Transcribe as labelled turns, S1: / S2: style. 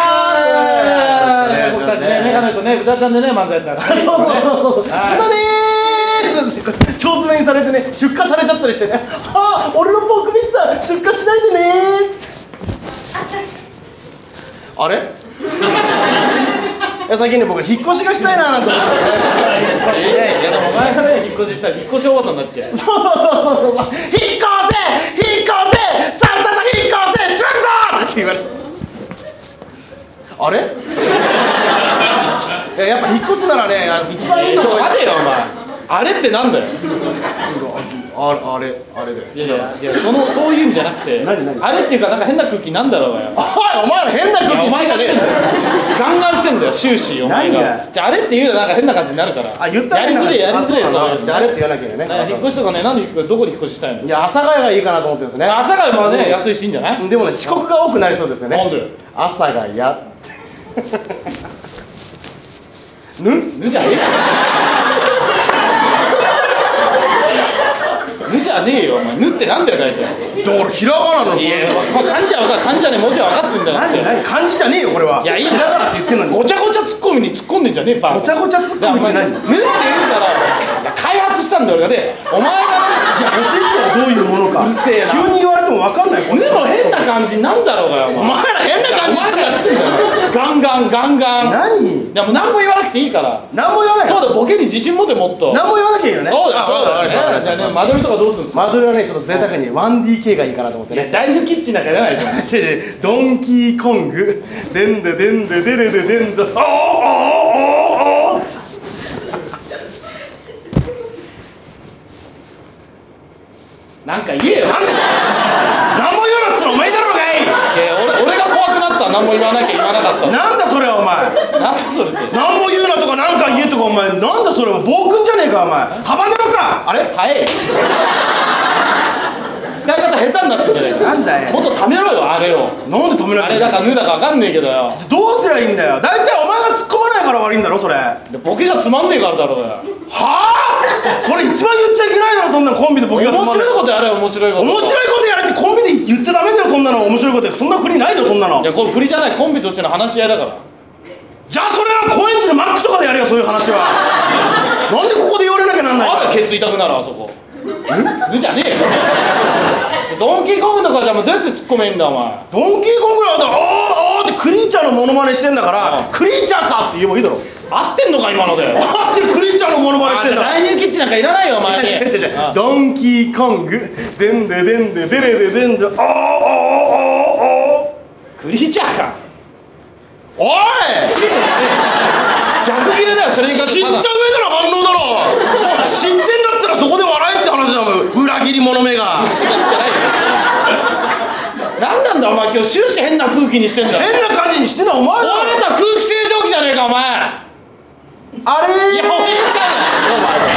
S1: はい
S2: 僕たちね、メガネとね、豚ちゃんでね、漫才やったんですね。
S1: そうそうそうそう。
S2: はい
S1: ふたでーす。超詰めにされてね、出荷されちゃったりしてね。あー、俺のポークピッツァ出荷しないでねーっつって。あれ？ いや最近ね僕引っ越しがしたいなーなんて思って。
S2: いや、でもお前がね、引っ越ししたら、引っ越しおばさんになっちゃ う。
S1: そうそうそうそうそう。引っ越せ、引っ越せ、さっさと引っ越せ、しばくぞって言われて。あれ？いややっぱ引っ越すならね、あの一番いいとこ。
S2: 待てよ、お前。 あれってなんだよ。
S1: ああれあれだよ
S2: いやいや、いや、その、そういう意味じゃなくて。
S1: 何何
S2: あれっていうか、なんか変な空気なんだろうがよ。
S1: おいお前ら変な空
S2: いや
S1: 気
S2: お前が
S1: 吸
S2: し
S1: って
S2: てんだよ
S1: ね
S2: ガンガンしてんだよ終始お前
S1: 何が
S2: がじゃああれって言うとなんか変な感じになるから
S1: あ言ったら
S2: やりづれえやりづれえ
S1: あそうなんだ
S2: そう
S1: じゃああれって言わなきゃいけないね
S2: なんか引っ越しとかねなんで引っ越しどこに引っ越ししたいの
S1: いや阿佐ヶ谷がいいかなと思ってるんですね
S2: 朝がまあね安いしいいんじゃない
S1: でもね遅刻が多くなりそうですよね
S2: なん で
S1: 阿佐ヶ谷ぬ
S2: ぬじゃねえよぬじゃねえよお前ぬってなんだよ大体
S1: だからひらがなの
S2: いやまあ漢字は分かる漢字はね文字は分かってんだよ
S1: 何何漢字じゃねえよこれはい
S2: やいい
S1: ひらがなって言ってんのに
S2: ごちゃごちゃツッコミに突っ込んでんじゃねえバカ
S1: ごちゃごちゃツッコミって何
S2: いやお前ぬって言うからいや開発したんだよ俺がでお前がね
S1: じゃあ教えてよどういうものか
S2: うるせえな
S1: 急に言われても分かんないこれ
S2: でも変な感じになんだろうがよお前
S1: お前ら変な感じすんな
S2: お前らやってんだよガンガンガンガン
S1: 何
S2: でも何も言わなくていいから
S1: 何も言わない
S2: そうだボケに自信持てもっと
S1: 何も言わなきゃいいよね
S2: そうだ
S1: あ
S2: そ
S1: わ
S2: う
S1: かり
S2: だ
S1: ましたわかりま
S2: じ
S1: した
S2: ゃあね間取りとかどうするんですか
S1: 間取りはねちょっと贅沢に 1DK がいいかなと思って
S2: い
S1: ね
S2: や大豆キッチンなんかじゃないでしょ
S1: 違う違うドンキーコングでんででんででれででんぞおーおーおーおー
S2: なんか言えよなんで
S1: 何も言うなっつうのお前だろうが
S2: 俺俺が怖くなった何も言わなきゃ言わなかった
S1: いなんだそれはお前
S2: なんだそれって
S1: 何も言うなとか何か言えとかお前なんだそれは暴君じゃねえかお前ハバネロかあれ
S2: 早い使い方下手になってんじゃないか
S1: なんだよ
S2: もっとためろよあれを
S1: なんで止めな
S2: あ
S1: い
S2: れだかぬだか分かんねえけどよ
S1: どうすりゃいいんだよ大体お前が突っ込まないから悪いんだろそれは
S2: でボケがつまんねえからだろうよ
S1: あそれ一番言っちゃいけないだろそんなコンビで僕が
S2: 面
S1: つまんない
S2: 白いことやれよ面白いこと
S1: 面白いことやれってコンビで言っちゃダメだよそんなの面白いことやそんな国ないよそんなの
S2: いやこれ振りじゃないコンビとしての話し合いだから
S1: じゃあそれは高円寺のマックとかでやるよそういう話はなんでここで言われなきゃなんない
S2: まだ
S1: の
S2: ケツ痛くなるあそこぬじゃねえよドンキーコングとかじゃもうどうやって突っ込めんだお前
S1: ドンキーコングラーだおーおーってクリーチャーのモノマネしてんだから
S2: ああ
S1: クリーチャーかって言えばいいだ ろ
S2: 合ってんのか今ので
S1: あってるクリーチャーのモノマネしてんだ
S2: 大ニューキッチンなんかいらないよお前に
S1: 違う違う違う
S2: あ
S1: ドンキーコングでんででんででれででんでおーおーおーおー
S2: クリーチャーか
S1: おーおい
S2: 逆切れだよそれに関
S1: 知
S2: して
S1: った上での反応だろ知ってんだったらそこで笑えって話だもん裏切り者めが
S2: 切ってないよ何なんだお前今日終始変な空気にしてんだよ
S1: 変な感じにしてんのはお前だろ
S2: 壊れた空気清浄機じゃねえかお前
S1: あれー
S2: いやおめえかよお前